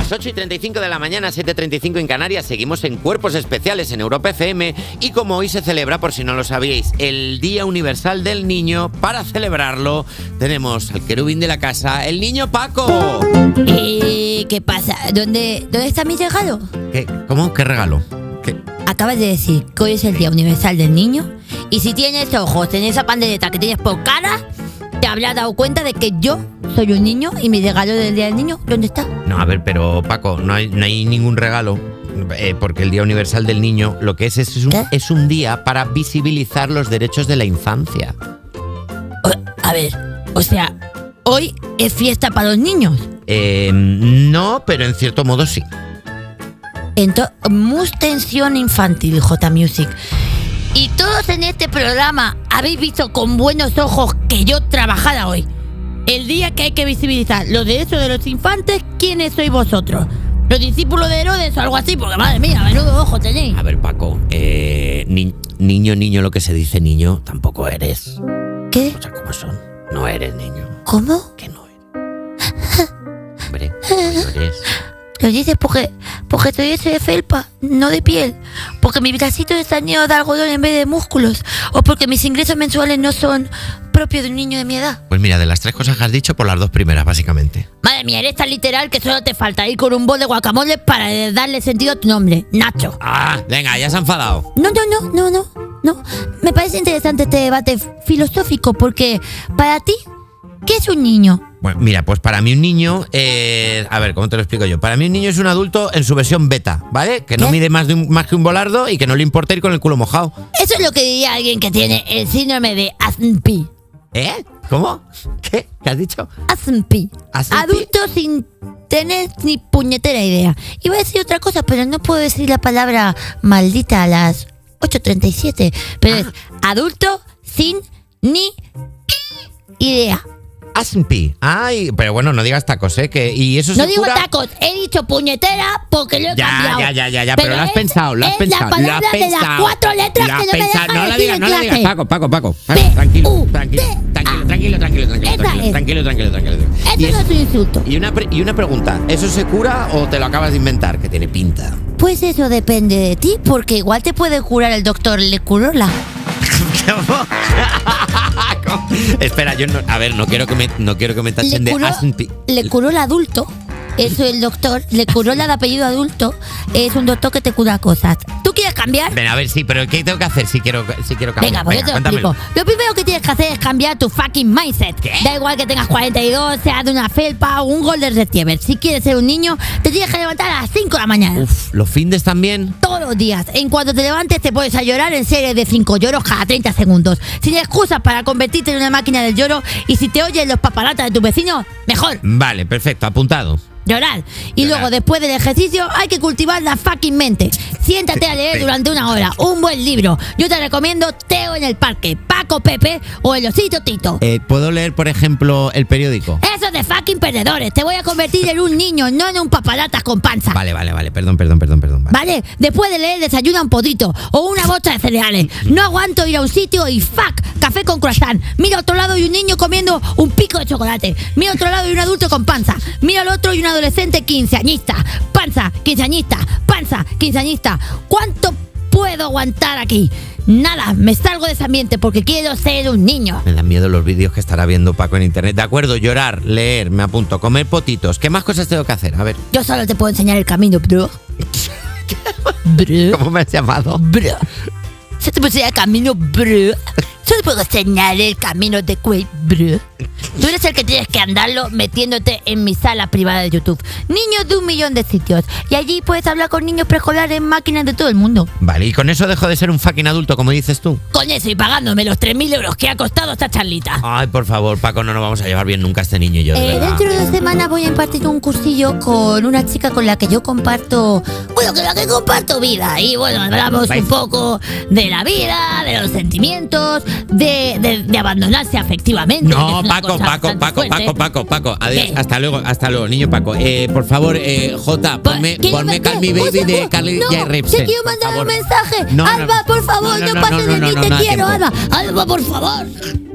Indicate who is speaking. Speaker 1: las 8 y 35 de la mañana, 7.35 en Canarias, seguimos en Cuerpos Especiales en Europa FM y como hoy se celebra, por si no lo sabíais, el Día Universal del Niño, para celebrarlo tenemos al querubín de la casa, el niño Paco.
Speaker 2: Eh, ¿Qué pasa? ¿Dónde, ¿Dónde está mi regalo?
Speaker 1: ¿Qué? ¿Cómo? ¿Qué regalo? ¿Qué?
Speaker 2: Acabas de decir que hoy es el Día Universal del Niño y si tienes ojos, tenés esa pandereta que tienes por cara, te habrás dado cuenta de que yo soy un niño y mi regalo del Día del Niño, ¿dónde está?
Speaker 1: No, a ver, pero Paco, no hay, no hay ningún regalo. eh, porque el Día Universal del Niño lo que es es, es un,
Speaker 2: ¿Qué?
Speaker 1: es un día para visibilizar los derechos de la infancia.
Speaker 2: O- a ver, o sea, hoy es fiesta para los niños.
Speaker 1: Eh, no, pero en cierto modo sí.
Speaker 2: Entonces, mus tensión infantil, J Music. Y todos en este programa habéis visto con buenos ojos que yo trabajara hoy. El día que hay que visibilizar los derechos de los infantes, ¿quiénes sois vosotros? ¿Los discípulos de Herodes o algo así? Porque madre mía, menudo ojo tenéis.
Speaker 1: A ver, Paco, eh, ni- niño, niño, lo que se dice niño, tampoco eres.
Speaker 2: ¿Qué?
Speaker 1: O sea, ¿cómo son? No eres niño,
Speaker 2: ¿Cómo?
Speaker 1: que no eres. Hombre, no llores.
Speaker 2: Lo dices porque, porque soy hecho de felpa, no de piel. Porque mis bracitos están llenos de algodón en vez de músculos. O porque mis ingresos mensuales no son propios de un niño de mi edad.
Speaker 1: Pues mira, de las tres cosas que has dicho, por las dos primeras, básicamente.
Speaker 2: Madre mía, eres tan literal que solo te falta ir con un bol de guacamole para darle sentido a tu nombre, Nacho.
Speaker 1: Ah, venga, ya se ha enfadado.
Speaker 2: No, no, no, no, no, no. Me parece interesante este debate filosófico porque para ti, ¿qué es un niño?
Speaker 1: Bueno, mira, pues para mí un niño, eh, a ver, ¿cómo te lo explico yo? Para mí un niño es un adulto en su versión beta, ¿vale? Que no
Speaker 2: ¿Qué?
Speaker 1: mide más, de un- más que un volardo y que no le importa ir con el culo mojado.
Speaker 2: Eso es lo que diría alguien que tiene el síndrome de Azmpi.
Speaker 1: ¿Eh? ¿Cómo? ¿Qué? ¿Qué has dicho?
Speaker 2: Azmpi.
Speaker 1: Azmpi.
Speaker 2: Adulto sin tener ni puñetera idea. Iba a decir otra cosa, pero no puedo decir la palabra maldita a las 8.37. Pero es adulto sin ni idea.
Speaker 1: Asmpi. Ay, pero bueno, no digas tacos, ¿eh? Que, y eso
Speaker 2: No
Speaker 1: se
Speaker 2: digo
Speaker 1: cura-
Speaker 2: tacos, he dicho puñetera porque lo he
Speaker 1: Ya,
Speaker 2: cambiado.
Speaker 1: ya, ya, ya, ya, pero, lo has
Speaker 2: es-
Speaker 1: pensado, lo has
Speaker 2: es
Speaker 1: pensado.
Speaker 2: La palabra
Speaker 1: lo has
Speaker 2: de las
Speaker 1: pensado.
Speaker 2: cuatro letras
Speaker 1: Lo has
Speaker 2: que no
Speaker 1: pensado.
Speaker 2: me dejan
Speaker 1: no la
Speaker 2: decir
Speaker 1: digas,
Speaker 2: en
Speaker 1: no la digas.
Speaker 2: clase.
Speaker 1: Paco, Paco, Paco.
Speaker 2: P,
Speaker 1: Paco, Tranquilo,
Speaker 2: U,
Speaker 1: tranquilo,
Speaker 2: T,
Speaker 1: tranquilo,
Speaker 2: A.
Speaker 1: tranquilo, tranquilo, tranquilo,
Speaker 2: Esa
Speaker 1: tranquilo,
Speaker 2: es.
Speaker 1: tranquilo, tranquilo, tranquilo. Y,
Speaker 2: Eso no
Speaker 1: es-
Speaker 2: es un insulto.
Speaker 1: y una pre- y una pregunta, ¿eso se cura o te lo acabas de inventar? Que tiene pinta.
Speaker 2: Pues eso depende de ti, porque igual te puede curar el doctor Lecurola.
Speaker 1: ¿Cómo? Espera, yo no, a ver, no quiero que me, no quiero que me tachen de
Speaker 2: Le curó,
Speaker 1: asmpi.
Speaker 2: le curó el adulto. Eso el doctor, le curó la de apellido adulto. Es un doctor que te cura cosas. ¿Tú quieres cambiar?
Speaker 1: Ven, a ver, sí, pero ¿qué tengo que hacer si quiero, si quiero cambiar?
Speaker 2: Venga, pues yo te lo
Speaker 1: cuéntamelo.
Speaker 2: explico. Lo primero que tienes que hacer es cambiar tu fucking mindset. Da igual que tengas 42, seas de una felpa o un golden retriever. Si quieres ser un niño, te tienes que levantar a las 5 de la mañana.
Speaker 1: Uf, ¿los findes también?
Speaker 2: Todos los días. En cuanto te levantes, te pones a llorar en series de 5 lloros cada 30 segundos. Sin excusas para convertirte en una máquina del lloro. Y si te oyen los paparatas de tus vecinos, mejor,
Speaker 1: Vale, perfecto, apuntado.
Speaker 2: llorar. Y
Speaker 1: Llorar.
Speaker 2: luego, después del ejercicio, hay que cultivar la fucking mente. Siéntate a leer durante una hora un buen libro. Yo te recomiendo Teo en el Parque, Paco Pepe o El Osito Tito.
Speaker 1: Eh, ¿Puedo leer, por ejemplo, el periódico?
Speaker 2: Eso es de fucking perdedores. Te voy a convertir en un niño, no en un paparatas con panza.
Speaker 1: Vale, vale, vale, perdón, perdón, perdón, perdón. vale.
Speaker 2: ¿Vale? Después de leer, desayuna un podrito o una bocha de cereales. No aguanto ir a un sitio y fuck, café con croissant. Mira a otro lado y un niño comiendo un pico de chocolate. Mira a otro lado y un adulto con panza. Mira al otro y un adolescente quinceañista. Panza, quinceañista, panza, quinceañista. ¿Cuánto puedo aguantar aquí? Nada, me salgo de ese ambiente porque quiero ser un niño.
Speaker 1: Me dan miedo los vídeos que estará viendo Paco en internet. De acuerdo, llorar, leer, me apunto, comer potitos. ¿Qué más cosas tengo que hacer? A ver,
Speaker 2: Yo solo te puedo enseñar el camino, bro. Bro.
Speaker 1: ¿cómo me has llamado?
Speaker 2: bro. Yo te puse el camino, bro. Yo te puedo señalar el camino de Quay, bro. Tú eres el que tienes que andarlo metiéndote en mi sala privada de YouTube. Niños de un millón de sitios. Y allí puedes hablar con niños preescolares, máquinas de todo el mundo.
Speaker 1: Vale, y con eso dejo de ser un fucking adulto, como dices tú.
Speaker 2: Con eso y pagándome los 3.000 euros que ha costado esta charlita.
Speaker 1: Ay, por favor, Paco, no nos vamos a llevar bien nunca a este niño y yo, de
Speaker 2: Eh,
Speaker 1: verdad.
Speaker 2: dentro de dos semanas voy a impartir un cursillo con una chica con la que yo comparto. Bueno, con la que comparto vida. Y bueno, hablamos
Speaker 1: Vais.
Speaker 2: un poco de la vida, de los sentimientos, de, de- de abandonarse afectivamente. que es
Speaker 1: No,
Speaker 2: una
Speaker 1: Paco,
Speaker 2: cosa
Speaker 1: Paco,
Speaker 2: bastante
Speaker 1: Paco,
Speaker 2: fuerte.
Speaker 1: Paco, Paco, Paco. Adiós,
Speaker 2: ¿Qué?
Speaker 1: hasta luego, hasta luego, niño Paco. Eh, por favor, eh, J,
Speaker 2: Pues,
Speaker 1: ponme,
Speaker 2: ¿quién
Speaker 1: ponme
Speaker 2: inventé?
Speaker 1: Call Me
Speaker 2: Un
Speaker 1: Baby de
Speaker 2: segundo.
Speaker 1: Carly
Speaker 2: No,
Speaker 1: J. Repsen.
Speaker 2: Te quiero
Speaker 1: por
Speaker 2: mandar un
Speaker 1: favor.
Speaker 2: mensaje.
Speaker 1: No, no.
Speaker 2: Alba, por favor,
Speaker 1: No,
Speaker 2: no,
Speaker 1: no, no,
Speaker 2: pases
Speaker 1: no,
Speaker 2: de
Speaker 1: no,
Speaker 2: mí,
Speaker 1: no,
Speaker 2: te
Speaker 1: no da
Speaker 2: quiero,
Speaker 1: tiempo.
Speaker 2: Alba. Alba, por favor.